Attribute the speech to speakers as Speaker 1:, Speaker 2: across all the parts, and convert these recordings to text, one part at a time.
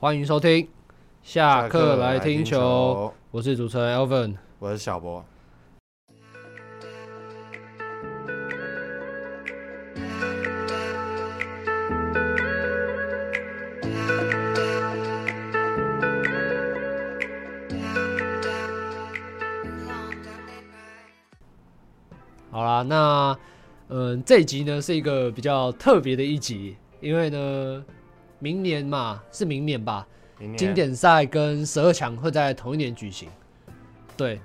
Speaker 1: 欢迎收听下课来听球，，我是主持人 Elvin。
Speaker 2: 我是小博。
Speaker 1: 好啦，那嗯、呃这一集呢是一个比较特别的一集，因为呢，明年嘛是明年吧，
Speaker 2: 明年
Speaker 1: 经典赛跟十二强会在同一年举行。对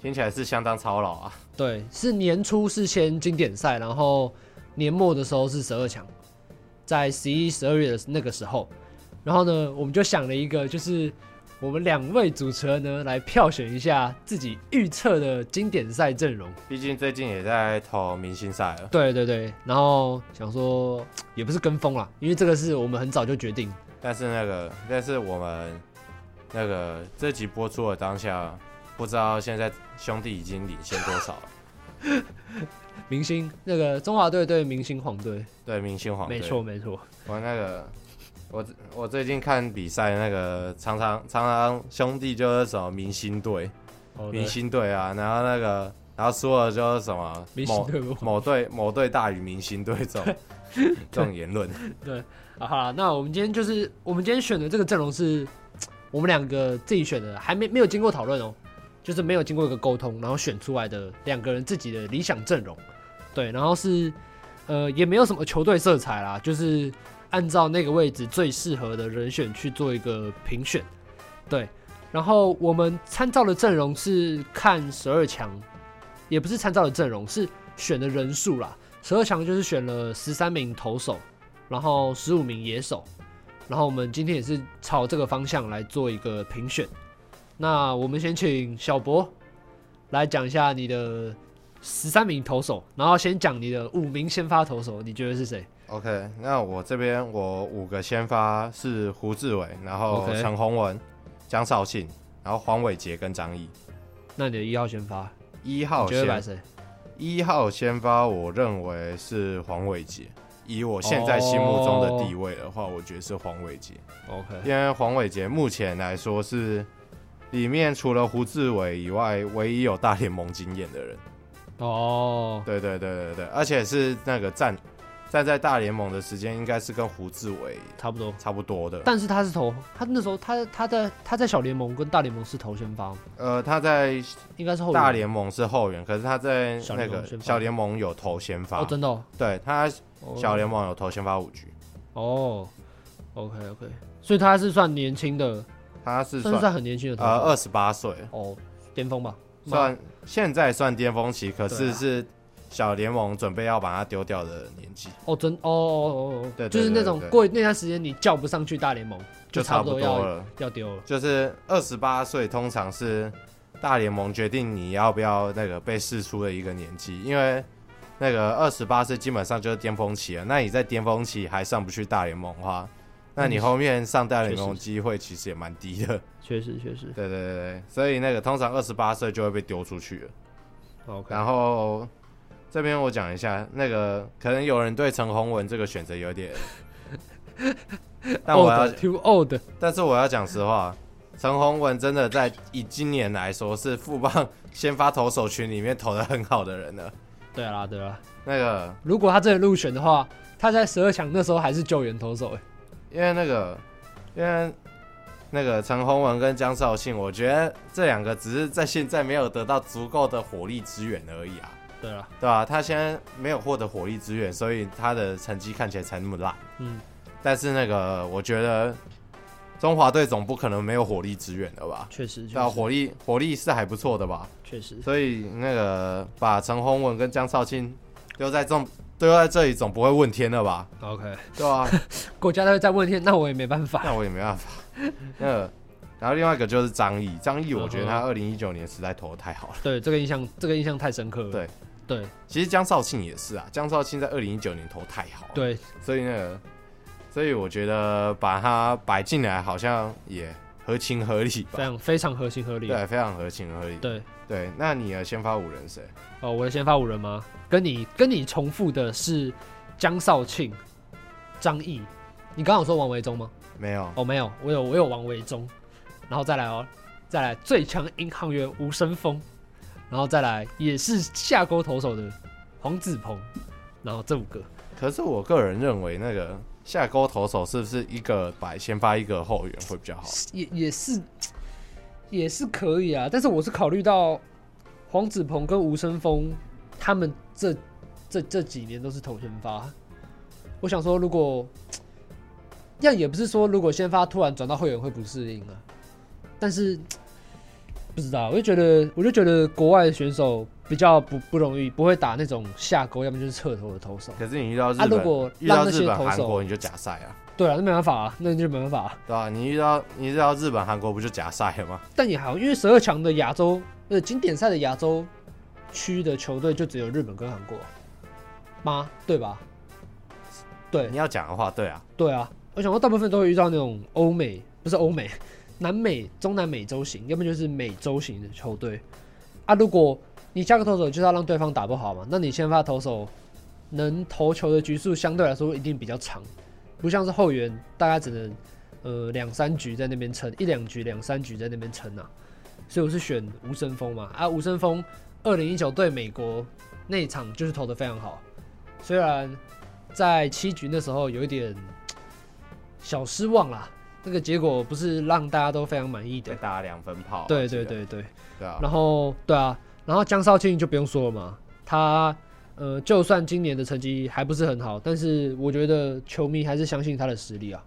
Speaker 2: 听起来是相当操劳啊，
Speaker 1: 对，是年初是先经典赛，然后年末的时候是十二强，在十一、十二月的那个时候，然后呢，我们就想了一个，就是我们两位主持人呢来票选一下自己预测的经典赛阵容。
Speaker 2: 毕竟最近也在投明星赛了。
Speaker 1: 对对对，然后想说也不是跟风啦，因为这个是我们很早就决定。
Speaker 2: 但是那个，但是我们那个这集播出的当下，不知道现在兄弟已经领先多少 了。
Speaker 1: 明星那个中华队对明星黄队，
Speaker 2: 对，明星黄队
Speaker 1: 没错，没错，
Speaker 2: 我那个，我我最近看比赛，那个常常常常兄弟就是什么明星队，
Speaker 1: 哦对
Speaker 2: 明星队啊，然后那个然后输了就是什么
Speaker 1: 明星
Speaker 2: 某
Speaker 1: 队伍。
Speaker 2: 某队某队大于明星队这 种这种言论。
Speaker 1: 啊好啦，那我们今天就是我们今天选的这个阵容是我们两个自己选的，还没没有经过讨论哦，就是没有经过一个沟通，然后选出来的两个人自己的理想阵容。对，然后是呃也没有什么球队色彩啦，就是按照那个位置最适合的人选去做一个评选。对，然后我们参照的阵容是看十二强，也不是参照的阵容，是选的人数啦。十二强就是选了十三名投手，然后十五名野手，然后我们今天也是朝这个方向来做一个评选。那我们先请小博来讲一下你的十三名投手，然后先讲你的五名先发投手，你觉得是谁？
Speaker 2: OK，那我这边我五个先发是胡志伟，然后
Speaker 1: OK
Speaker 2: 陈宏文、江绍庆，然后黄伟杰跟张毅。
Speaker 1: 那你的一号先发，
Speaker 2: 一
Speaker 1: 你
Speaker 2: 号
Speaker 1: 觉得摆
Speaker 2: 先
Speaker 1: 谁？
Speaker 2: 一号先发，我认为是黄伟杰。以我现在心目中的地位的话我觉得是黄伟杰，
Speaker 1: OK，
Speaker 2: 因为黄伟杰目前来说是里面除了胡志伟以外，唯一有大联盟经验的人。
Speaker 1: 哦，
Speaker 2: 对对对对对，而且是那个站站在大联盟的时间，应该是跟胡志伟
Speaker 1: 差不多。
Speaker 2: 差不多的。
Speaker 1: 但是他是投，他那时候他他在他在小联盟跟大联盟是投先发吗，
Speaker 2: 呃，他在
Speaker 1: 应该是后援
Speaker 2: 大联盟是后援，可是他在
Speaker 1: 小
Speaker 2: 那
Speaker 1: 联盟
Speaker 2: 个
Speaker 1: 先发
Speaker 2: 小联盟有投先发，
Speaker 1: 哦，真的哦，
Speaker 2: 对他
Speaker 1: 哦
Speaker 2: 小联盟有投先发五局，
Speaker 1: 哦，OK OK，所以他是算年轻的，
Speaker 2: 他是
Speaker 1: 算是
Speaker 2: 算
Speaker 1: 算很年轻的投手
Speaker 2: 呃二十啊八岁，
Speaker 1: 哦，巅峰吧，
Speaker 2: 算现在算巅峰期，可
Speaker 1: 对啊
Speaker 2: 是是小联盟准备要把他丢掉的年纪，
Speaker 1: 哦，真哦哦哦，
Speaker 2: 对对
Speaker 1: 就是那种
Speaker 2: 对对对
Speaker 1: 过那段时间你叫不上去大联盟，
Speaker 2: 就
Speaker 1: 差
Speaker 2: 差
Speaker 1: 不
Speaker 2: 不
Speaker 1: 要
Speaker 2: 多了。
Speaker 1: 要丢了。
Speaker 2: 就是二十八岁，通常是大联盟决定你要不要那个被试出的一个年纪，因为那个二十八岁基本上就是巅峰期了。那你在巅峰期还上不去大联盟的话，那你后面上大联盟的机会其实也蛮低的。
Speaker 1: 确实确实
Speaker 2: 对对对对，所以那个通常二十八岁就会被丢出去了。
Speaker 1: ，OK，
Speaker 2: 然后这边我讲一下，那个可能有人对陈宏文这个选择有点，但我要
Speaker 1: old too old，
Speaker 2: 但是我要讲实话，陈宏文真的在以今年来说是富邦先发投手群里面投的很好的人了。
Speaker 1: 对啦对啦，
Speaker 2: 那个，
Speaker 1: 如果他真的入选的话，他在十二强那时候还是救援投手哎，
Speaker 2: 因为那个，因为那个陈宏文跟江绍庆，我觉得这两个只是在现在没有得到足够的火力支援而已啊，
Speaker 1: 对啦，
Speaker 2: 对吧、他现在没有获得火力支援，所以他的成绩看起来才那么烂。
Speaker 1: 嗯，
Speaker 2: 但是那个，我觉得中华队总不可能没有火力支援的吧？
Speaker 1: 确实
Speaker 2: 对啊，火力火力是还不错的吧？
Speaker 1: 确实
Speaker 2: 所以那个把陈宏文跟江少庆丢在这丢在这里，总不会问天了吧？
Speaker 1: OK，
Speaker 2: 对吧、
Speaker 1: 国家队再问一天，那我也没办法。
Speaker 2: 那我也没办法。那个，然后另外一个就是张毅，张毅我
Speaker 1: 嗯
Speaker 2: 觉得他二零一九年实在投的太好了。
Speaker 1: 对这个印象，这个印象太深刻了。
Speaker 2: 对
Speaker 1: 对
Speaker 2: 其实江少庆也是啊，江少庆在二零一九年投太好，，
Speaker 1: 对，
Speaker 2: 所以那个，所以我觉得把他摆进来好像也合情合理
Speaker 1: 非
Speaker 2: 吧。
Speaker 1: 常非常合情合理。
Speaker 2: 对，非常合情合理。
Speaker 1: 对
Speaker 2: 对，那你的先发五人谁？
Speaker 1: 哦，我的先发五人吗？跟你跟你重复的是江少庆、张毅，你刚刚有说王维忠吗？
Speaker 2: 没有，
Speaker 1: 哦，没有，我有我有王维忠，然后再来哦，再来最强银行员吴声峰，然后再来也是下勾投手的黄子鹏，然后这五个
Speaker 2: 可是我个人认为那个下勾投手是不是一个摆先发一个后援会比较好？
Speaker 1: 也也是也是可以啊，但是我是考虑到黄子鹏跟吴声峰他们这这这几年都是投先发，我想说如果但也不是说如果先发突然转到后援会不适应啊，但是不知道，我就觉得我就觉得国外的选手比较不不容易，不会打那种下勾，要么就是侧投的投手。
Speaker 2: 可是你遇到日
Speaker 1: 啊，
Speaker 2: 本，
Speaker 1: 如果
Speaker 2: 遇
Speaker 1: 让
Speaker 2: 到
Speaker 1: 那
Speaker 2: 日
Speaker 1: 些
Speaker 2: 本、
Speaker 1: 投
Speaker 2: 韩
Speaker 1: 手
Speaker 2: 国，你就假赛啊，
Speaker 1: 对啊，那没办法啊，那就没办法啊、
Speaker 2: 对吧、你遇到你遇到日本、韩国不就假赛了吗？
Speaker 1: 但也好，因为十二强的亚洲呃经典赛的亚洲区的球队就只有日本跟韩国吗？对吧？对
Speaker 2: 你要讲的话，对啊，
Speaker 1: 对啊，我想说大部分都会遇到那种欧美，不是欧美，南美、中南美洲型，要么就是美洲型的球队啊。如果你下个投手就是要让对方打不好嘛，那你先发投手能投球的局数相对来说一定比较长，不像是后援大概只能呃两三局在那边撑，一两局两三局在那边撑啊。所以我是选吴森峰嘛，啊，吴森峰二零一九对美国那一场就是投的非常好，虽然在七局那时候有一点嘖小失望啦，那个结果不是让大家都非常满意
Speaker 2: 给
Speaker 1: 的。
Speaker 2: 大家两分炮啊，
Speaker 1: 对
Speaker 2: 记得
Speaker 1: 对，对对，
Speaker 2: 对啊，
Speaker 1: 然后对啊，然后江少庆就不用说了嘛，他呃，就算今年的成绩还不是很好，但是我觉得球迷还是相信他的实力啊，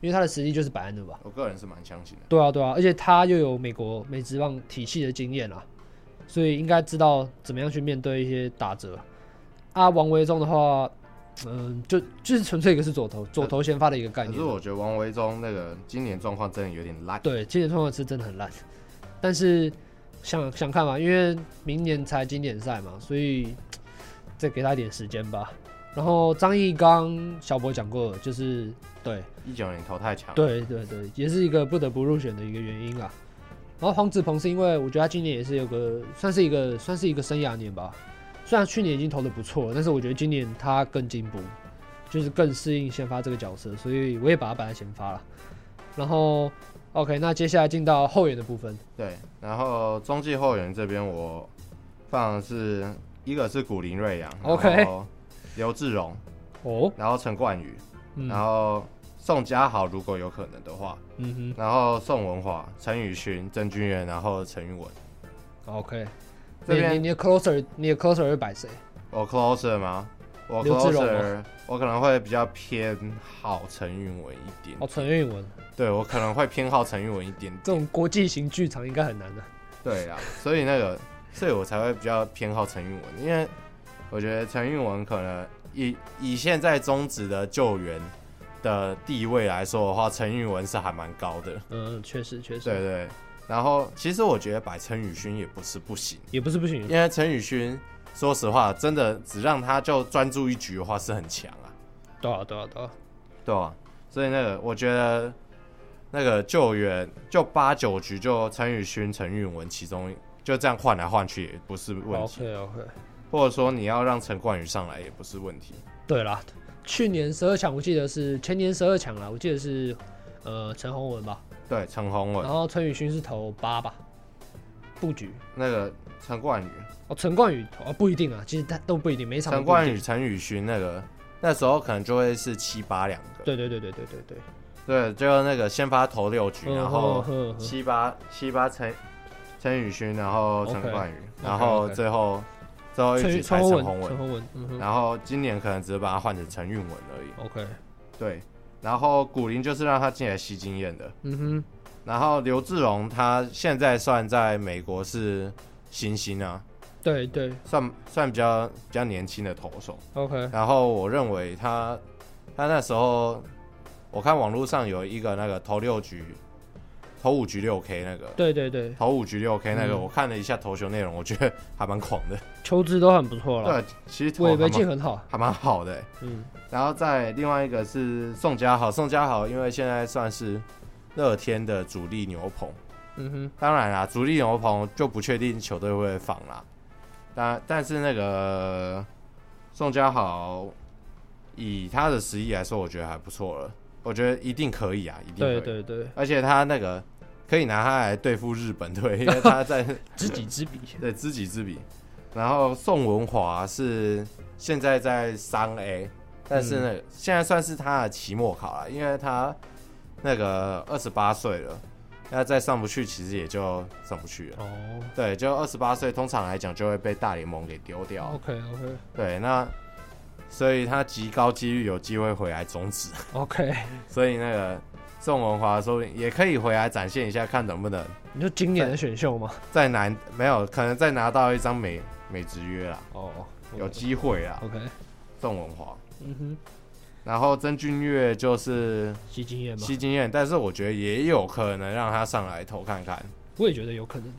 Speaker 1: 因为他的实力就是摆在那吧。
Speaker 2: 我个人是蛮相信的。
Speaker 1: 对啊，对啊，而且他又有美国美职棒体系的经验啦，所以应该知道怎么样去面对一些打折。啊，王维忠的话，嗯，就就是纯粹一个是左投，左投先发的一个概
Speaker 2: 可
Speaker 1: 念
Speaker 2: 是。我觉得王维忠那个今年状况真的有点烂，
Speaker 1: 对，今年状况是真的很烂，但是想想看嘛，因为明年才经典赛嘛，所以再给他一点时间吧。然后张毅刚小博讲过了，就是对，
Speaker 2: 一九年头太强，
Speaker 1: 对对对，也是一个不得不入选的一个原因啦。啊然后黄子鹏是因为我觉得他今年也是有个算是一个算是一个生涯年吧，虽然去年已经投的不错，但是我觉得今年他更进步，就是更适应先发这个角色，所以我也把他摆在先发了。然后 OK，那接下来进到后援的部分，
Speaker 2: 对，然后中继后援这边我放的是一个是古林瑞阳
Speaker 1: OK
Speaker 2: 然后刘志荣，
Speaker 1: 哦，
Speaker 2: 然后陈冠宇，
Speaker 1: 嗯
Speaker 2: 然后宋佳豪如果有可能的话，
Speaker 1: 嗯
Speaker 2: 然后宋文华、陈宇勋、郑君元，然后陈宇文。
Speaker 1: 哼，OK，你
Speaker 2: 这
Speaker 1: 你
Speaker 2: 边
Speaker 1: 你的 closer 你的 closer 会摆谁？
Speaker 2: 我 closer 吗？我
Speaker 1: 刘志荣
Speaker 2: closer 我可能会比较偏好陈韵文一点，
Speaker 1: 哦，陈韵文
Speaker 2: 对我可能会偏好陈韵文一点
Speaker 1: 这
Speaker 2: 点，
Speaker 1: 种国际型剧场应该很难的。啊
Speaker 2: 对 啦，所以那个，所以我才会比较偏好陈韵文，因为我觉得陈韵文可能以以现在中职的救援的地位来说的话，陈韵文是还蛮高的，
Speaker 1: 嗯，确实确
Speaker 2: 对
Speaker 1: 实，
Speaker 2: 对。然后其实我觉得摆陈宇勋也不是不行，
Speaker 1: 也不是不行，
Speaker 2: 因为陈宇勋说实话，真的只让他就专注一局的话是很强啊。
Speaker 1: 对啊对啊对啊，
Speaker 2: 对啊，所以那个我觉得那个救援就八九局就陈宇勋、陈韵文其中就这样换来换去也不是问题，
Speaker 1: OK OK，
Speaker 2: 或者说你要让陈冠宇上来也不是问题。
Speaker 1: 对啦，去年十二强我记得是前年十二强啦，我记得是呃陈宏文吧，
Speaker 2: 对，陈宏
Speaker 1: 然
Speaker 2: 文
Speaker 1: 后陈宇勋是投八吧，布局
Speaker 2: 那个陈冠宇、
Speaker 1: 哦，陈冠宇哦不一定啊，其实他都不一定，每一场都
Speaker 2: 陈
Speaker 1: 不一
Speaker 2: 冠
Speaker 1: 定
Speaker 2: 宇、陈宇勋那个那时候可能就会是七八两个，
Speaker 1: 对对对对对对对，
Speaker 2: 对，就那个先发投六局，
Speaker 1: 嗯
Speaker 2: 然
Speaker 1: 呵
Speaker 2: 后
Speaker 1: 呵呵
Speaker 2: 七八七八陈陈宇勋，然后陈
Speaker 1: OK，
Speaker 2: 冠宇，
Speaker 1: OK，
Speaker 2: 然后
Speaker 1: OK
Speaker 2: 最后最后一
Speaker 1: 陈
Speaker 2: 局才
Speaker 1: 陈宏
Speaker 2: 陈
Speaker 1: 文
Speaker 2: 宏文
Speaker 1: 陈。宏文，嗯哼
Speaker 2: 然后今年可能只是把它换成陈韵文而已。
Speaker 1: ，OK，
Speaker 2: 对，然后古林就是让他进来吸经验的。
Speaker 1: 嗯哼，
Speaker 2: 然后刘志荣他现在算在美国是新星啊，
Speaker 1: 对对
Speaker 2: 算算比较比较年轻的投手。
Speaker 1: ，OK，
Speaker 2: 然后我认为他他那时候我看网络上有一个那个投六局、投五局六 K 那个。
Speaker 1: 对对对，
Speaker 2: 投五局六 K 那个，
Speaker 1: 嗯
Speaker 2: 我看了一下投球内容，我觉得还蛮狂的。
Speaker 1: 球质都很不错了，
Speaker 2: 对，啊其实投
Speaker 1: 尾
Speaker 2: 还
Speaker 1: 背进
Speaker 2: 蛮
Speaker 1: 很好，
Speaker 2: 还蛮好的、欸。
Speaker 1: 嗯，
Speaker 2: 然后再另外一个是宋佳豪，宋佳豪因为现在算是乐天的主力牛棚，
Speaker 1: 嗯哼，
Speaker 2: 当然啦，主力牛棚就不确定球队会不会放啦。但但是那个宋佳豪以他的实力来说，我觉得还不错了。我觉得一定可以啊，一定可以。
Speaker 1: 对对对，
Speaker 2: 而且他那个可以拿他来对付日本队，因为他在
Speaker 1: 知己知彼。
Speaker 2: 对知己知彼。然后宋文华是现在在三 A，但是呢，现在算是他的期末考了，因为他那个二十八岁了，那再上不去其实也就上不去了。
Speaker 1: 哦
Speaker 2: 对，就二十八岁，通常来讲就会被大联盟给丢掉。
Speaker 1: ，OK OK
Speaker 2: 对，那所以他极高几率有机会回来终止，
Speaker 1: OK，
Speaker 2: 所以那个宋文华说不定也可以回来展现一下，看能不能
Speaker 1: 你说今年的选秀吗？
Speaker 2: 再拿没有可能再拿到一张美美职约啦，
Speaker 1: 哦，
Speaker 2: 有机会啦，
Speaker 1: OK，
Speaker 2: 宋文华。
Speaker 1: 嗯哼，
Speaker 2: 然后曾俊岳就是
Speaker 1: 吸经验吧，
Speaker 2: 吸经验，但是我觉得也有可能让他上来投看看，
Speaker 1: 我也觉得有可能，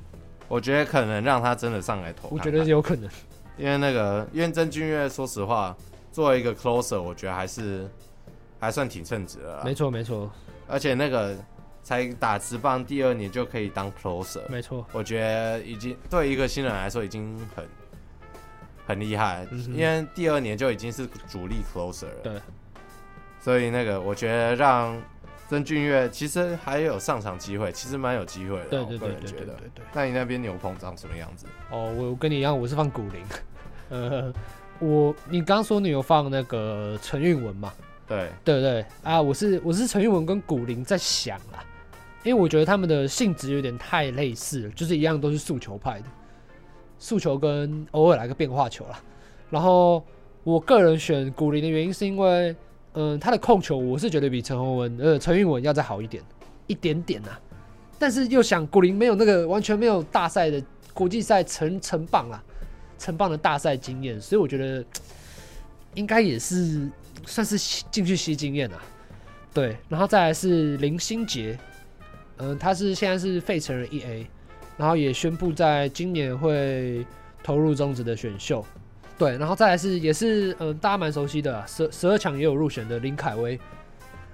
Speaker 2: 我觉得可能让他真的上来投看
Speaker 1: 我
Speaker 2: 看
Speaker 1: 觉得有可能。
Speaker 2: 因为那个，因为曾俊岳，说实话，作为一个 closer，我觉得还是还算挺称职的啦
Speaker 1: 没。错没错
Speaker 2: 而且那个才打职棒第二年就可以当 closer，
Speaker 1: 没错，
Speaker 2: 我觉得已经对一个新人来说已经很很厉害，
Speaker 1: 嗯哼
Speaker 2: 因为第二年就已经是主力 closer 了。
Speaker 1: 对，
Speaker 2: 所以那个我觉得让曾俊岳其实还有上场机会，其实蛮有机会的。
Speaker 1: 对对
Speaker 2: 呃我个
Speaker 1: 对
Speaker 2: 人
Speaker 1: 对
Speaker 2: 觉
Speaker 1: 对
Speaker 2: 得。
Speaker 1: 对对。
Speaker 2: 那你那边牛棚长什么样子？
Speaker 1: 哦，我我跟你一样，我是放古灵。呃，我你刚说你有放那个陈韵文嘛？
Speaker 2: 对，
Speaker 1: 对不对啊？我是我是陈韵文跟古灵在想啦，因为我觉得他们的性质有点太类似了，就是一样都是速球派的，速球跟偶尔来个变化球啦。然后我个人选古灵的原因是因为，嗯，他的控球我是觉得比陈宏文呃陈韵文要再好一点，一点点呐、但是又想古灵没有那个完全没有大赛的国际赛成成棒啦，成棒的大赛经验，所以我觉得应该也是算是吸进去吸经验啊。对，然后再来是林心杰，嗯，他是现在是费城人 E A，然后也宣布在今年会投入中职的选秀。对，然后再来是也是嗯大家蛮熟悉的啊十十二强也有入选的林凯威，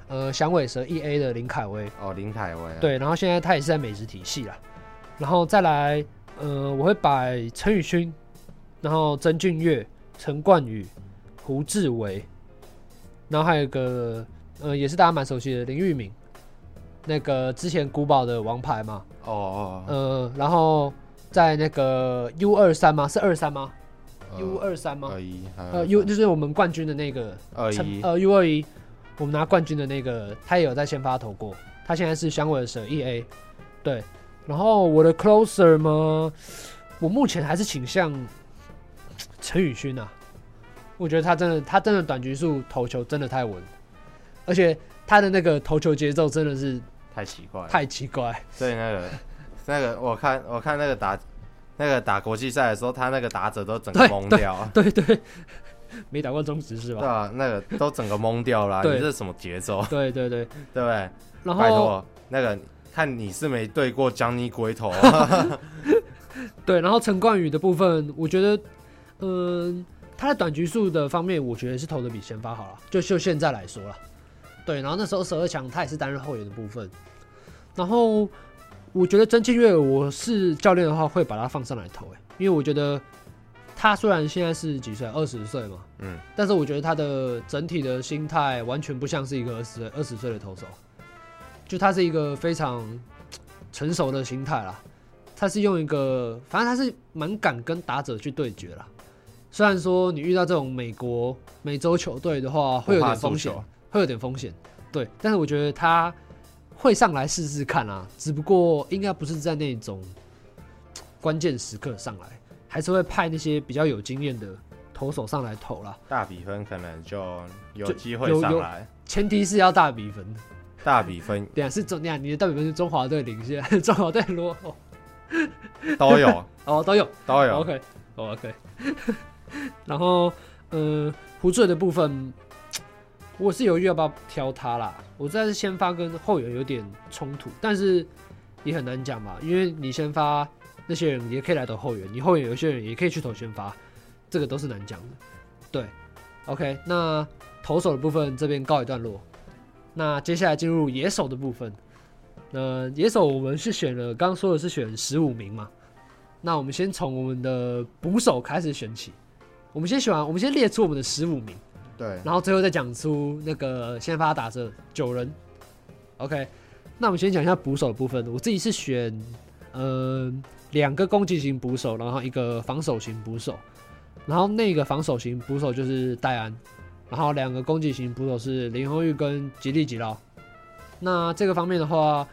Speaker 1: 呃响尾蛇 E A 的林凯威，
Speaker 2: 哦，林凯威、啊。，
Speaker 1: 对，然后现在他也是在美食体系啦，然后再来，呃，我会摆陈宇勋，然后曾俊岳、陈冠宇、胡志伟，然后还有一个，呃，也是大家蛮熟悉的林玉敏，那个之前古堡的王牌嘛，
Speaker 2: 哦哦哦
Speaker 1: 呃，然后在那个 U 二三吗？是二三吗？U
Speaker 2: 呃
Speaker 1: 二三吗
Speaker 2: 二？一，还有
Speaker 1: 呃，U 就是我们冠军的那个
Speaker 2: 二
Speaker 1: 陈
Speaker 2: 一，
Speaker 1: 呃 U 二一，我们拿冠军的那个，他也有在先发投过，他现在是响尾蛇 E A，对。然后我的 closer 吗？我目前还是倾向陈宇勋啊，我觉得他真的，他真的短局数投球真的太稳，而且他的那个投球节奏真的是
Speaker 2: 太奇怪了。
Speaker 1: 太奇怪。
Speaker 2: 对，那个那个，我看我看那个打那个打国际赛的时候，他那个打者都整个
Speaker 1: 对
Speaker 2: 懵
Speaker 1: 对
Speaker 2: 掉，
Speaker 1: 对对，没打过中职是
Speaker 2: 对
Speaker 1: 吧？
Speaker 2: 啊，那个都整个懵掉了啊。
Speaker 1: 对
Speaker 2: 你这是什么 节奏？
Speaker 1: 对对对，
Speaker 2: 对不对？
Speaker 1: 然后
Speaker 2: 拜托，那个看你是没对过江尼龟头啊，
Speaker 1: 对，然后陈冠宇的部分，我觉得，嗯、他在短局数的方面，我觉得是投的比先发好了，就就现在来说了。对，然后那时候十二强他也是担任后援的部分，然后我觉得曾庆月，我是教练的话会把他放上来投、欸，因为我觉得他虽然现在是几岁，二十岁嘛，
Speaker 2: 嗯，
Speaker 1: 但是我觉得他的整体的心态完全不像是一个二十二十岁的投手，就他是一个非常成熟的心态啦。他是用一个，反正他是蛮敢跟打者去对决啦。虽然说你遇到这种美国美洲球队的话，会有
Speaker 2: 不怕
Speaker 1: 点风
Speaker 2: 速
Speaker 1: 险
Speaker 2: 球，
Speaker 1: 会有点风险，对。但是我觉得他会上来试试看啊，只不过应该不是在那种关键时刻上来，还是会派那些比较有经验的投手上来投啦。
Speaker 2: 大比分可能就有
Speaker 1: 就
Speaker 2: 机会
Speaker 1: 有
Speaker 2: 上
Speaker 1: 有
Speaker 2: 来。
Speaker 1: 前提是要大比分。
Speaker 2: 大比分
Speaker 1: 等一下啊是中，等一下你的大比分是中华队领先， 中华队落后
Speaker 2: 都 有
Speaker 1: 哦，都有
Speaker 2: 都有，
Speaker 1: OK，哦 OK。然后，呃，胡志伟的部分，我是犹豫要不要挑他啦。我知道是先发跟后援有点冲突，但是也很难讲吧，因为你先发那些人也可以来投后援，你后援有些人也可以去投先发，这个都是难讲的。对，OK，那投手的部分这边告一段落，那接下来进入野手的部分。那野手我们是选了，刚刚说的是选十五名嘛，那我们先从我们的捕手开始选起，我们先选完，我们先列出我们的十五名，
Speaker 2: 对，
Speaker 1: 然后最后再讲出那个先发打者九人。OK，那我们先讲一下捕手的部分。我自己是选呃两个攻击型捕手，然后一个防守型捕手，然后那个防守型捕手就是戴安，然后两个攻击型捕手是林鸿玉跟吉利吉劳。那这个方面的话，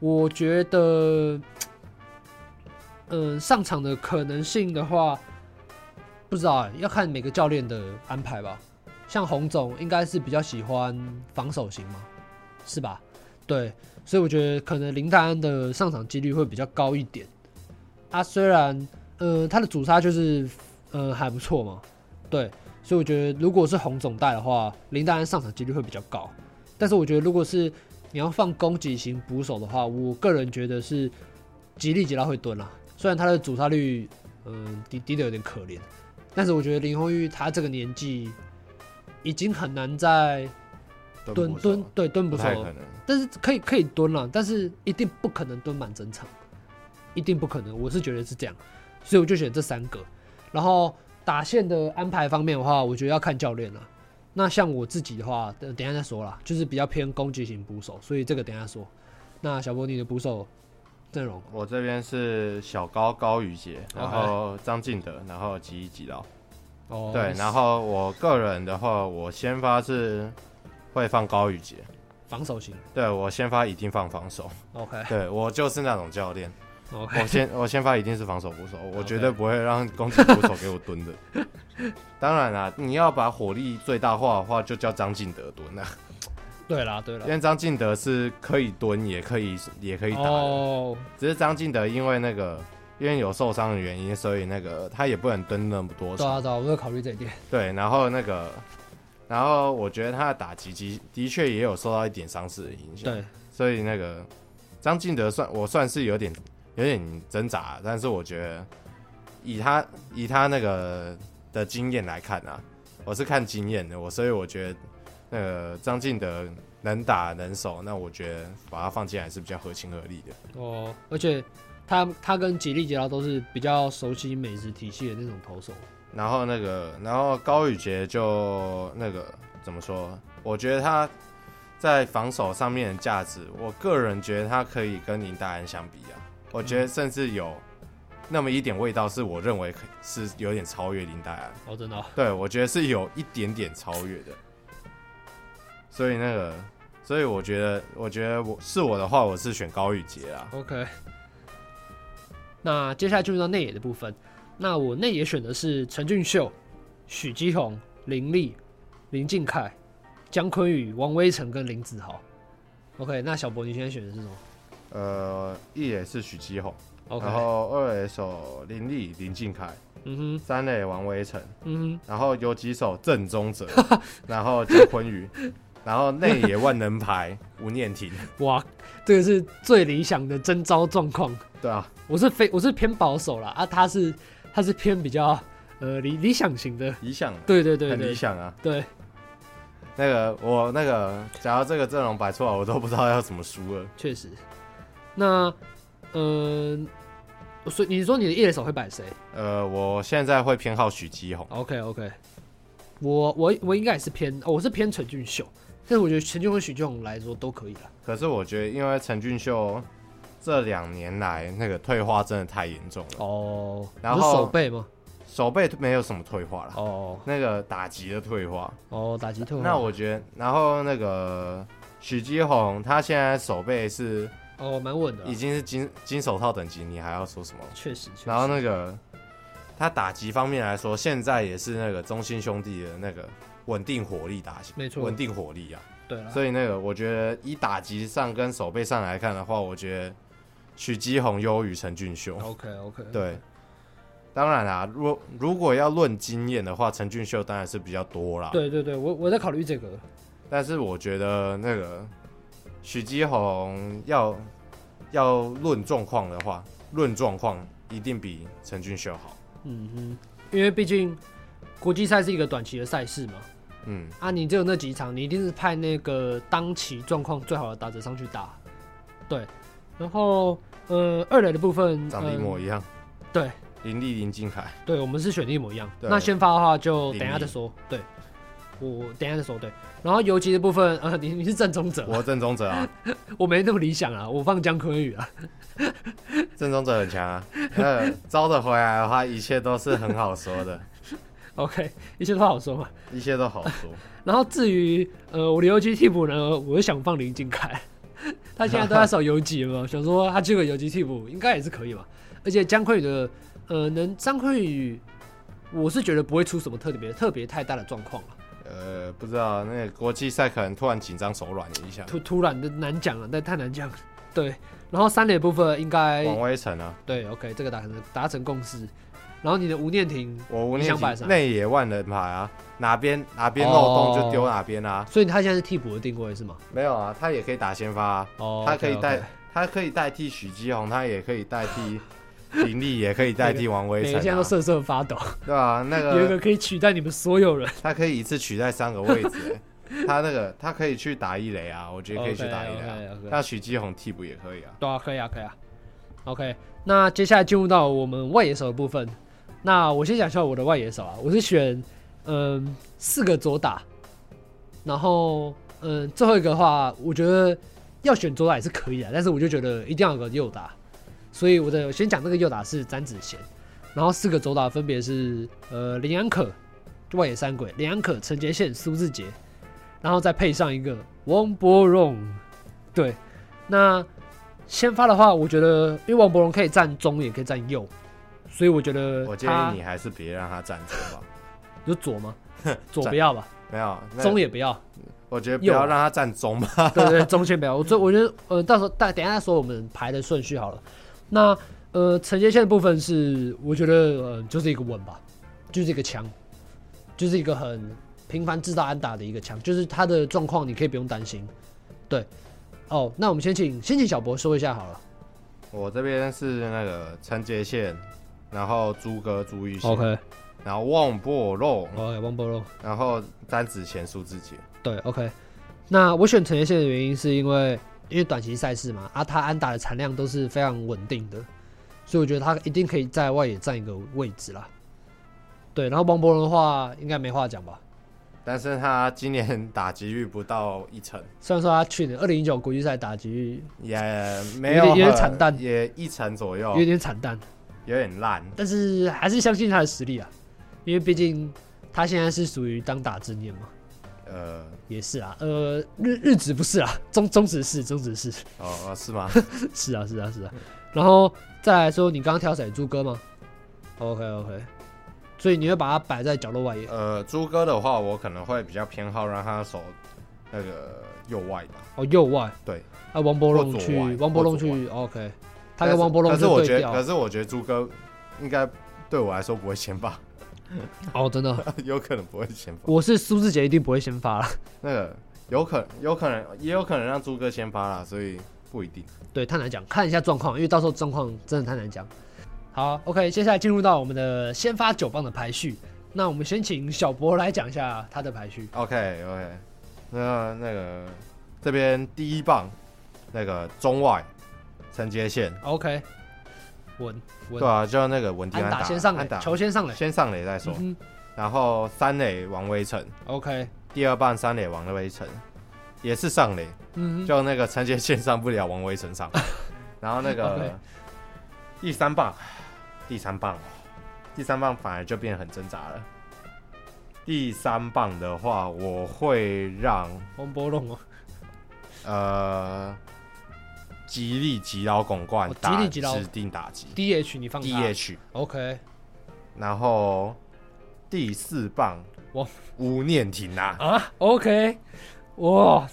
Speaker 1: 我觉得，嗯、上场的可能性的话，不知道、欸、要看每个教练的安排吧。像洪总应该是比较喜欢防守型嘛，是吧？对，所以我觉得可能林丹的上场几率会比较高一点。啊，虽然呃他的主杀就是呃还不错嘛，对，所以我觉得如果是洪总带的话，林丹上场几率会比较高。但是我觉得如果是你要放攻击型捕手的话，我个人觉得是吉利吉拉会蹲啦，虽然他的主杀率嗯、低低的有点可怜，但是我觉得林鸿玉他这个年纪已经很难再蹲
Speaker 2: 不熟
Speaker 1: 蹲对蹲
Speaker 2: 不
Speaker 1: 不
Speaker 2: 太
Speaker 1: 熟
Speaker 2: 可，能。
Speaker 1: 但是可以可以蹲了，但是一定不可能蹲满整场，一定不可能，我是觉得是这样，所以我就选这三个。然后打线的安排方面的话，我觉得要看教练了。那像我自己的话，等等一下再说啦，就是比较偏攻击型捕手，所以这个等一下说。那小波，你的捕手阵容
Speaker 2: 我这边是小高高宇杰，然后张敬德，然后吉一吉到。
Speaker 1: 哦，
Speaker 2: 对，然后我个人的话，我先发是会放高宇杰，
Speaker 1: 防守型
Speaker 2: 对我先发一定放防守，
Speaker 1: ，OK
Speaker 2: 对我就是那种教练，我
Speaker 1: OK，
Speaker 2: 先 我先发一定是防守捕手，我
Speaker 1: OK
Speaker 2: 绝对不会让攻击捕手给我蹲的。 当然啦，你要把火力最大化的话，就叫张敬德 蹲啊，
Speaker 1: 对啦对啦
Speaker 2: 因，为张敬德是可以蹲，也可以也可以打的。
Speaker 1: 哦
Speaker 2: 只是张敬德因为那个因为有受伤的原因，所以那个他也不能蹲那么多
Speaker 1: 对
Speaker 2: 场。
Speaker 1: 啊对啊，我会考虑这一点，
Speaker 2: 对，然后那个，然后我觉得他的打击的的确也有受到一点伤势的影响。，
Speaker 1: 对
Speaker 2: 所以那个张敬德算我算是有点有点挣扎，但是我觉得以他以他那个的经验来看啊，我是看经验的，我所以我觉得那个张敬德能打能守，那我觉得把他放进来是比较合情合理的。
Speaker 1: 哦，而且他他跟吉利吉劳都是比较熟悉美食体系的那种投手。
Speaker 2: 然后那个，然后高宇杰就那个怎么说？我觉得他在防守上面的价值，我个人觉得他可以跟林达恩相比啊。我觉得甚至有那么一点味道，是我认为可是有点超越林达恩。
Speaker 1: 哦，真的、哦，
Speaker 2: 对，我觉得是有一点点超越的。所以那个，所以我觉得，我觉得我是我的话，我是选高宇杰啊。
Speaker 1: OK，那接下来进入到内野的部分。那我内野选的是陈俊秀、许基宏、林立、林敬凯、姜坤宇、王威成跟林子豪。OK，那小博你现在选的是什么
Speaker 2: 呃，一也是许基宏，
Speaker 1: ？OK，
Speaker 2: 然后二垒手林立、林敬凯，
Speaker 1: 嗯哼，
Speaker 2: 三垒王威成。
Speaker 1: 嗯
Speaker 2: 然后有几首正宗者，然后姜昆宇，然后内野万能牌吴念婷，
Speaker 1: 哼，哇，这个是最理想的征招状况。
Speaker 2: 对啊，
Speaker 1: 我是非我是偏保守啦，啊，他是他是偏比较呃理理想型的。
Speaker 2: 理想啊，
Speaker 1: 对对对
Speaker 2: 很理
Speaker 1: 对
Speaker 2: 想啊。
Speaker 1: 对，
Speaker 2: 那个我那个，假如这个阵容摆出来，我都不知道要怎么输了。
Speaker 1: 确实。那嗯、呃，所以你说你的一垒手会摆谁？
Speaker 2: 呃，我现在会偏好许基宏，
Speaker 1: OK OK，我我我应该也是偏，哦我是偏陈俊秀，但是我觉得陈俊秀跟许俊宏来说都可以了。
Speaker 2: 可是我觉得因为陈俊秀这两年来那个退化真的太严重了，
Speaker 1: 哦，
Speaker 2: 然后
Speaker 1: 你是手背吗？
Speaker 2: 手背没有什么退化了，
Speaker 1: 哦
Speaker 2: 那个打击的退化，
Speaker 1: 哦，打击特
Speaker 2: 那我觉得，然后那个许基宏他现在手背是。
Speaker 1: 哦蛮稳的啦
Speaker 2: 已，经是金金手套等级，你还要说什么？
Speaker 1: 确实确实。
Speaker 2: 然后那个他打击方面来说，现在也是那个中心兄弟的那个稳定火力打型，
Speaker 1: 没错
Speaker 2: 稳定火力啊。
Speaker 1: 对了，
Speaker 2: 所以那个我觉得以打击上跟手背上来看的话，我觉得许基宏优于陈俊秀。
Speaker 1: OK OK，
Speaker 2: 对，当然啦、如如果要论经验的话，陈俊秀当然是比较多啦。
Speaker 1: 对对对，我我在考虑这个。
Speaker 2: 但是我觉得那个许基宏要要论状况的话，论状况一定比陈俊秀好。
Speaker 1: 嗯哼，因为毕竟国际赛是一个短期的赛事嘛，
Speaker 2: 嗯，
Speaker 1: 啊，你只有那几场，你一定是派那个当期状况最好的打者上去打。对，然后呃，二垒的部分，
Speaker 2: 长得一
Speaker 1: 嗯
Speaker 2: 模一样。
Speaker 1: 对，
Speaker 2: 林立、林敬凯，
Speaker 1: 对，我们是选的一模一样。
Speaker 2: 对
Speaker 1: 那先发的话就
Speaker 2: 零
Speaker 1: 等一下
Speaker 2: 一
Speaker 1: 再说。对，我我等一下再说。对，然后游击的部分，呃，你你是正宗者，我
Speaker 2: 我郑宗哲啊，
Speaker 1: 没那么理想啊，我放姜昆宇啊。
Speaker 2: 郑宗哲很强啊，呃，招得回来的话，一切都是很好说的，
Speaker 1: OK，一切都好说嘛。
Speaker 2: 一切都好说。
Speaker 1: 然后至于呃，我的游击替补呢，我是想放林敬凯， 他现在都在守游击了嘛， 想说他这个游击替补应该也是可以嘛。而且姜昆宇的呃，能姜昆宇，我是觉得不会出什么特别特别太大的状况了，啊
Speaker 2: 呃，不知道那个国际赛可能突然紧张手软了一下。
Speaker 1: 突突然的难讲了，但太难讲了。对，然后三垒部分应该
Speaker 2: 王威成啊，
Speaker 1: 对 OK，这个达成达成共识。然后你的吴念婷，
Speaker 2: 我无
Speaker 1: 你
Speaker 2: 念
Speaker 1: 想摆啥
Speaker 2: 内野万人牌啊，哪边哪边漏洞
Speaker 1: 哦
Speaker 2: 就丢哪边啊，
Speaker 1: 所以他现在是替补的定位是吗？
Speaker 2: 没有啊，他也可以打先发、啊，
Speaker 1: 哦，
Speaker 2: 他可以
Speaker 1: OK，OK
Speaker 2: 代他可以代替许基宏，他也可以代替 林立，也可以代替王威
Speaker 1: 每个
Speaker 2: 成、
Speaker 1: 现在都
Speaker 2: 啊，
Speaker 1: 瑟瑟发抖，
Speaker 2: 对啊，那
Speaker 1: 有一
Speaker 2: 个
Speaker 1: 个可以取代你们所有人。
Speaker 2: 他可以一次取代三个位 置、欸他那个他可以去打一垒啊，我觉得可以去打一垒啊。
Speaker 1: OK，OK，OK
Speaker 2: 那许基宏替补也可以啊。
Speaker 1: 对啊，可以啊，可以啊。OK，那接下来进入到我们外野手的部分。那我先讲一下我的外野手啊，我是选嗯四个左打，然后嗯最后一个的话，我觉得要选左打也是可以的，但是我就觉得一定要有个右打，所以我的我先讲那个右打是詹子贤，然后四个左打分别是呃林安可外野三鬼，林安可、陈杰宪、苏志杰，然后再配上一个王柏荣，对，那。先发的话，我觉得因为王柏荣可以站中，也可以站右，所以我觉得
Speaker 2: 我建
Speaker 1: 他
Speaker 2: 议你还是别让他站着吧。
Speaker 1: 有左吗？左不要吧，
Speaker 2: 没有，那
Speaker 1: 中也不要，
Speaker 2: 我觉得不
Speaker 1: 右
Speaker 2: 要
Speaker 1: 啊
Speaker 2: 让他站中吧。
Speaker 1: 对对，对中线不要。我最我觉得呃，到时候大等一下再说我们排的顺序好了。那呃，承接线的部分是我觉得呃就是一个稳吧，就是一个强，就是一个很频繁制造安打的一个强，就是他的状况你可以不用担心。对，哦，那我们先请先请小博说一下好了。
Speaker 2: 我这边是那个陈杰宪，然后朱哥朱玉贤
Speaker 1: OK 哦
Speaker 2: 然后旺波肉，
Speaker 1: OK，王柏荣。
Speaker 2: 然后詹子贤、苏志杰。
Speaker 1: 对，OK。那我选陈彦宪的原因是因为，因为短期赛事嘛，啊，他安打的产量都是非常稳定的，所以我觉得他一定可以在外野占一个位置啦。对，然后王柏荣的话，应该没话讲吧？
Speaker 2: 但是他今年打击率不到一成，
Speaker 1: 虽然说他去年二零一九国际赛打击
Speaker 2: 也没
Speaker 1: 有
Speaker 2: 有
Speaker 1: 点有点
Speaker 2: 很
Speaker 1: 惨淡
Speaker 2: 也一成左右，
Speaker 1: 有点惨淡，
Speaker 2: 有点烂。
Speaker 1: 但是还是相信他的实力啊，因为毕竟他现在是属于当打之年嘛，
Speaker 2: 呃，
Speaker 1: 也是啊，呃，日日子不是啊，中中职是中职是，
Speaker 2: 哦，哦是吗？
Speaker 1: 是啊，是啊，是啊。然后再来说，你刚刚挑谁？猪哥吗？OK OK，所以你会把它摆在角落外野。
Speaker 2: 呃，朱哥的话，我可能会比较偏好让他守那个右外吧。
Speaker 1: 哦，右外。
Speaker 2: 对。
Speaker 1: 啊，王柏
Speaker 2: 或
Speaker 1: 龙
Speaker 2: 左
Speaker 1: 去
Speaker 2: 外，
Speaker 1: 王柏龙
Speaker 2: 或
Speaker 1: 去。OK，他
Speaker 2: 但是
Speaker 1: 跟王柏龙
Speaker 2: 可是我
Speaker 1: 就对
Speaker 2: 觉得，
Speaker 1: 调
Speaker 2: 可。是我觉得朱哥应该对我来说不会先发，
Speaker 1: 哦，真的，
Speaker 2: 有可能不会先发。
Speaker 1: 我是苏志杰，一定不会先发了。
Speaker 2: 那个有可有可能也有可能让朱哥先发啦，所以不一定。
Speaker 1: 对，太难讲，看一下状况，因为到时候状况真的太难讲。好，OK，接下来进入到我们的先发九棒的排序。那我们先请小博来讲一下他的排序。
Speaker 2: OK OK，那那个这边第一棒那个中外陈杰宪，
Speaker 1: OK，稳稳
Speaker 2: 对，啊，就那个稳定
Speaker 1: 安
Speaker 2: 打
Speaker 1: 打先上
Speaker 2: 安
Speaker 1: 来
Speaker 2: 打，
Speaker 1: 球先上来。
Speaker 2: 先上垒再说，
Speaker 1: 嗯
Speaker 2: 然后三垒王威成，
Speaker 1: 哼，OK，
Speaker 2: 第二棒三垒王威成也是上垒，
Speaker 1: 嗯哼。
Speaker 2: 就那个陈杰宪上不了，王威 成上，然后那
Speaker 1: OK
Speaker 2: 个第三棒，第三棒，第三棒反而就变得很挣扎了。第三棒的话，我会让
Speaker 1: 王波龙哦，
Speaker 2: 呃，吉利吉老拱冠
Speaker 1: 哦
Speaker 2: 打
Speaker 1: 吉利吉劳
Speaker 2: 指定打击
Speaker 1: DH 你放他
Speaker 2: DH，
Speaker 1: OK
Speaker 2: 然后第四棒
Speaker 1: 哇
Speaker 2: 吴念婷啊，
Speaker 1: 啊 OK 哇，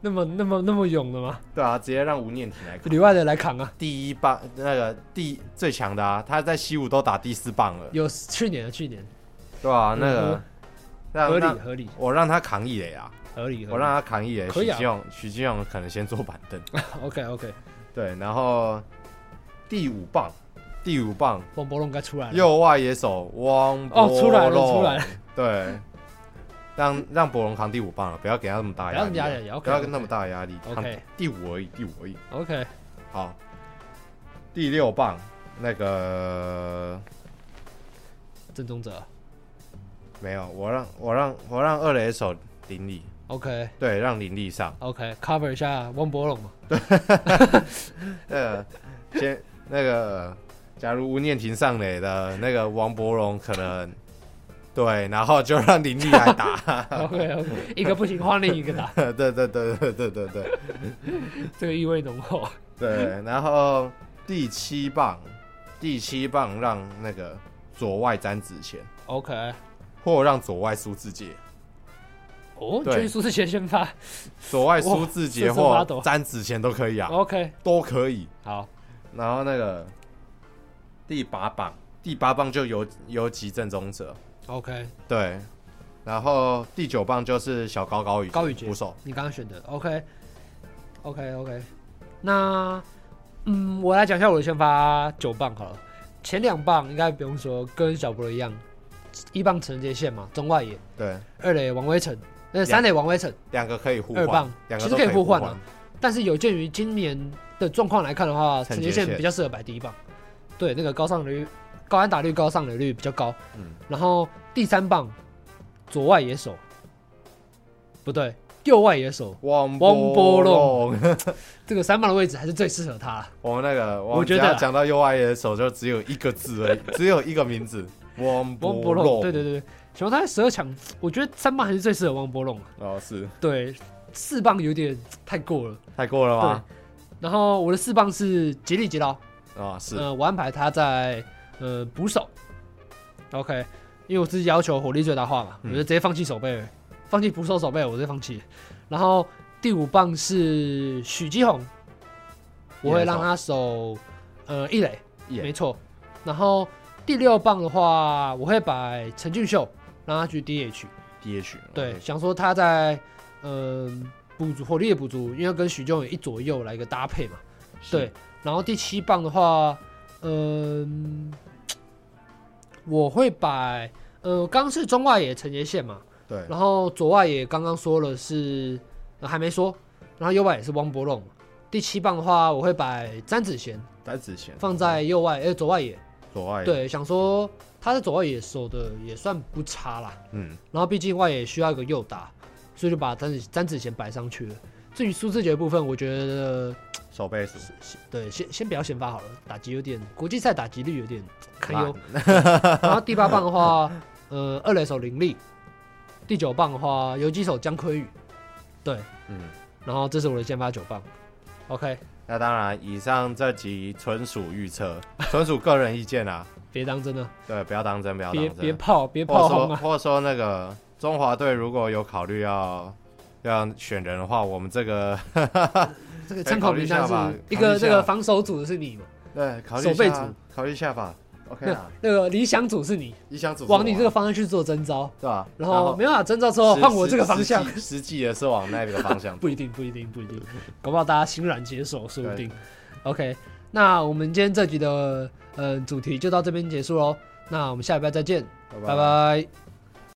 Speaker 1: 那么那么那么勇的吗？
Speaker 2: 对啊，直接让吴念婷来扛
Speaker 1: 里外的来扛啊，
Speaker 2: 第一棒那个第最强的啊，他在西武都打第四棒了，
Speaker 1: 有去年的去年
Speaker 2: 对啊，那个
Speaker 1: 嗯
Speaker 2: 让
Speaker 1: 合
Speaker 2: 让
Speaker 1: 理合理
Speaker 2: 我让他扛一垒啊，
Speaker 1: 合理，
Speaker 2: 我让他扛一垒，
Speaker 1: 可以
Speaker 2: 许
Speaker 1: 啊
Speaker 2: 金勇许金勇可能先坐板 凳，
Speaker 1: OK OK
Speaker 2: 对，然后第五棒第五棒
Speaker 1: 王波龙该出来了，
Speaker 2: 右外野手汪
Speaker 1: 哎哦出来了
Speaker 2: 波
Speaker 1: 出来了，
Speaker 2: 对，让让博龙扛第五棒了，不要给他那么大
Speaker 1: 不
Speaker 2: 压
Speaker 1: 要
Speaker 2: 力
Speaker 1: 压
Speaker 2: 啊，
Speaker 1: 力
Speaker 2: 不
Speaker 1: ，OK
Speaker 2: 要跟那么大的压力，
Speaker 1: OK
Speaker 2: 扛第五而已，第五而已。
Speaker 1: OK
Speaker 2: 好，第六棒那个
Speaker 1: 郑宗哲
Speaker 2: 没有，我让我让我让二垒手林立，
Speaker 1: OK
Speaker 2: 对，让林立上。
Speaker 1: OK cover 一下汪博 龙嘛，
Speaker 2: 呃，先那个，假如吴念婷上垒的那个王伯荣可能对，然后就让林立来打。
Speaker 1: OK OK，一个不行换另一个打，
Speaker 2: 对对对对对对对
Speaker 1: 这个意味浓厚。
Speaker 2: 对，然后第七棒，第七棒让那个左外詹子贤，
Speaker 1: OK，
Speaker 2: 或让左外苏志杰，
Speaker 1: 哦，
Speaker 2: 对
Speaker 1: 确实苏志贤先发
Speaker 2: 左外苏志杰
Speaker 1: 哇瑟瑟发
Speaker 2: 或
Speaker 1: 抖
Speaker 2: 詹子贤都可以啊，
Speaker 1: ，OK，
Speaker 2: 都可以。
Speaker 1: 好，
Speaker 2: 然后那个第八棒，第八棒就游游击正宗者，
Speaker 1: OK，
Speaker 2: 对，然后第九棒就是小高高宇
Speaker 1: 高宇杰
Speaker 2: 捕手，
Speaker 1: 你刚刚选的 OK OK OK，那嗯，我来讲一下我的先发九棒好了，前两棒应该不用说，跟小博一样，一棒陈杰宪嘛，中外野，
Speaker 2: 对，
Speaker 1: 二垒王威成，那三垒王威成，
Speaker 2: 两个可以互
Speaker 1: 二
Speaker 2: 换
Speaker 1: 棒，
Speaker 2: 两
Speaker 1: 其实
Speaker 2: 个都
Speaker 1: 可以
Speaker 2: 以
Speaker 1: 互换
Speaker 2: 换
Speaker 1: 啊。但是有鉴于今年的状况来看的话，
Speaker 2: 陈
Speaker 1: 陈杰
Speaker 2: 杰
Speaker 1: 宪
Speaker 2: 宪
Speaker 1: 比较适合摆第一棒，对，那个高上垒率、高安打率、高上垒率比较高。
Speaker 2: 嗯，
Speaker 1: 然后第三棒左外野手，不对，右外野手，
Speaker 2: 汪
Speaker 1: 汪波
Speaker 2: 龙，
Speaker 1: 这个三棒的位置还是最适合他啦。
Speaker 2: 我们那个，
Speaker 1: 我
Speaker 2: 我
Speaker 1: 觉
Speaker 2: 觉
Speaker 1: 得啊
Speaker 2: 得讲到 U I 的时候，就只有一个字而已，只有一个 名字，汪
Speaker 1: 汪
Speaker 2: 波
Speaker 1: 波
Speaker 2: 龙，
Speaker 1: 龙，对对对对，熊他在十二强，我觉得三棒还是最适合汪波龙啊。
Speaker 2: 哦，是
Speaker 1: 对，四棒有点太过了。
Speaker 2: 太过了吗？
Speaker 1: 然后我的四棒是吉利吉劳，
Speaker 2: 啊，是，
Speaker 1: 呃，我安排他在呃捕手，OK，因为我自己要求火力最大化嘛，我
Speaker 2: 嗯
Speaker 1: 就直接放弃手背了，放弃捕手手背，我直接放弃。然后第五棒是许基宏，我会让他守呃一垒，
Speaker 2: 一垒
Speaker 1: 没错。然后第六棒的话，我会摆陈俊秀，让他去 DH。
Speaker 2: D H，
Speaker 1: 对，想说他在嗯补足火力的补足，因为跟许仲远一左一右来一个搭配嘛。对，，然后第七棒的话，嗯，我会摆，呃，刚是中外野陈杰宪嘛，
Speaker 2: 对，
Speaker 1: 然后左外野刚刚说了是、呃还没说，然后右外也是汪博龙嘛。第七棒的话，我会摆詹子贤
Speaker 2: 单子贤
Speaker 1: 放在右外，呃，左外野。
Speaker 2: 左外，，
Speaker 1: 对，想说他在左外野守的也算不差啦。
Speaker 2: 嗯，
Speaker 1: 然后毕竟外野需要一个右打，所以就把詹子詹子贤摆上去了。至于苏志杰的部分，我觉得
Speaker 2: 手背手，
Speaker 1: 对，先先不要先发好了，打击有点国际赛打击率有点堪忧。
Speaker 2: 烂
Speaker 1: 然后第八棒的 话，呃，二垒手林立，第九棒的话游击手姜坤宇，对，
Speaker 2: 嗯。
Speaker 1: 然后这是我的先发九棒。OK，
Speaker 2: 那当然，以上这集纯属预测， 纯属个人意见啊。
Speaker 1: 别当真了，
Speaker 2: 对，不要当真，不要
Speaker 1: 别
Speaker 2: 当
Speaker 1: 别
Speaker 2: 真。
Speaker 1: 炮，别
Speaker 2: 或者
Speaker 1: 炮轰
Speaker 2: 说，
Speaker 1: 啊！
Speaker 2: 或者说那个中华队如果有考虑要要选人的话，我们这个
Speaker 1: 这个参考名单
Speaker 2: 考虑一下吧
Speaker 1: 是一
Speaker 2: 考虑
Speaker 1: 个
Speaker 2: 一下
Speaker 1: 这个防守组的是你嘛？
Speaker 2: 对考虑
Speaker 1: 守
Speaker 2: 一
Speaker 1: 备
Speaker 2: 下
Speaker 1: 组
Speaker 2: 啊，考虑一下吧。OK
Speaker 1: 那
Speaker 2: 啊，
Speaker 1: 那个理想组是你，
Speaker 2: 理想组是
Speaker 1: 往你
Speaker 2: 我
Speaker 1: 这个方向去做征招，
Speaker 2: 对吧？
Speaker 1: 然后没办法征招之后
Speaker 2: 实
Speaker 1: 换我这个方向
Speaker 2: 实，际实际的是往那个方向。
Speaker 1: 不一定，不一定，不一定，搞不好大家欣然接受，说不
Speaker 2: 对
Speaker 1: 定。OK，那我们今天这集的呃主题就到这边结束喽，那我们下礼拜再见，
Speaker 2: 拜
Speaker 1: 拜拜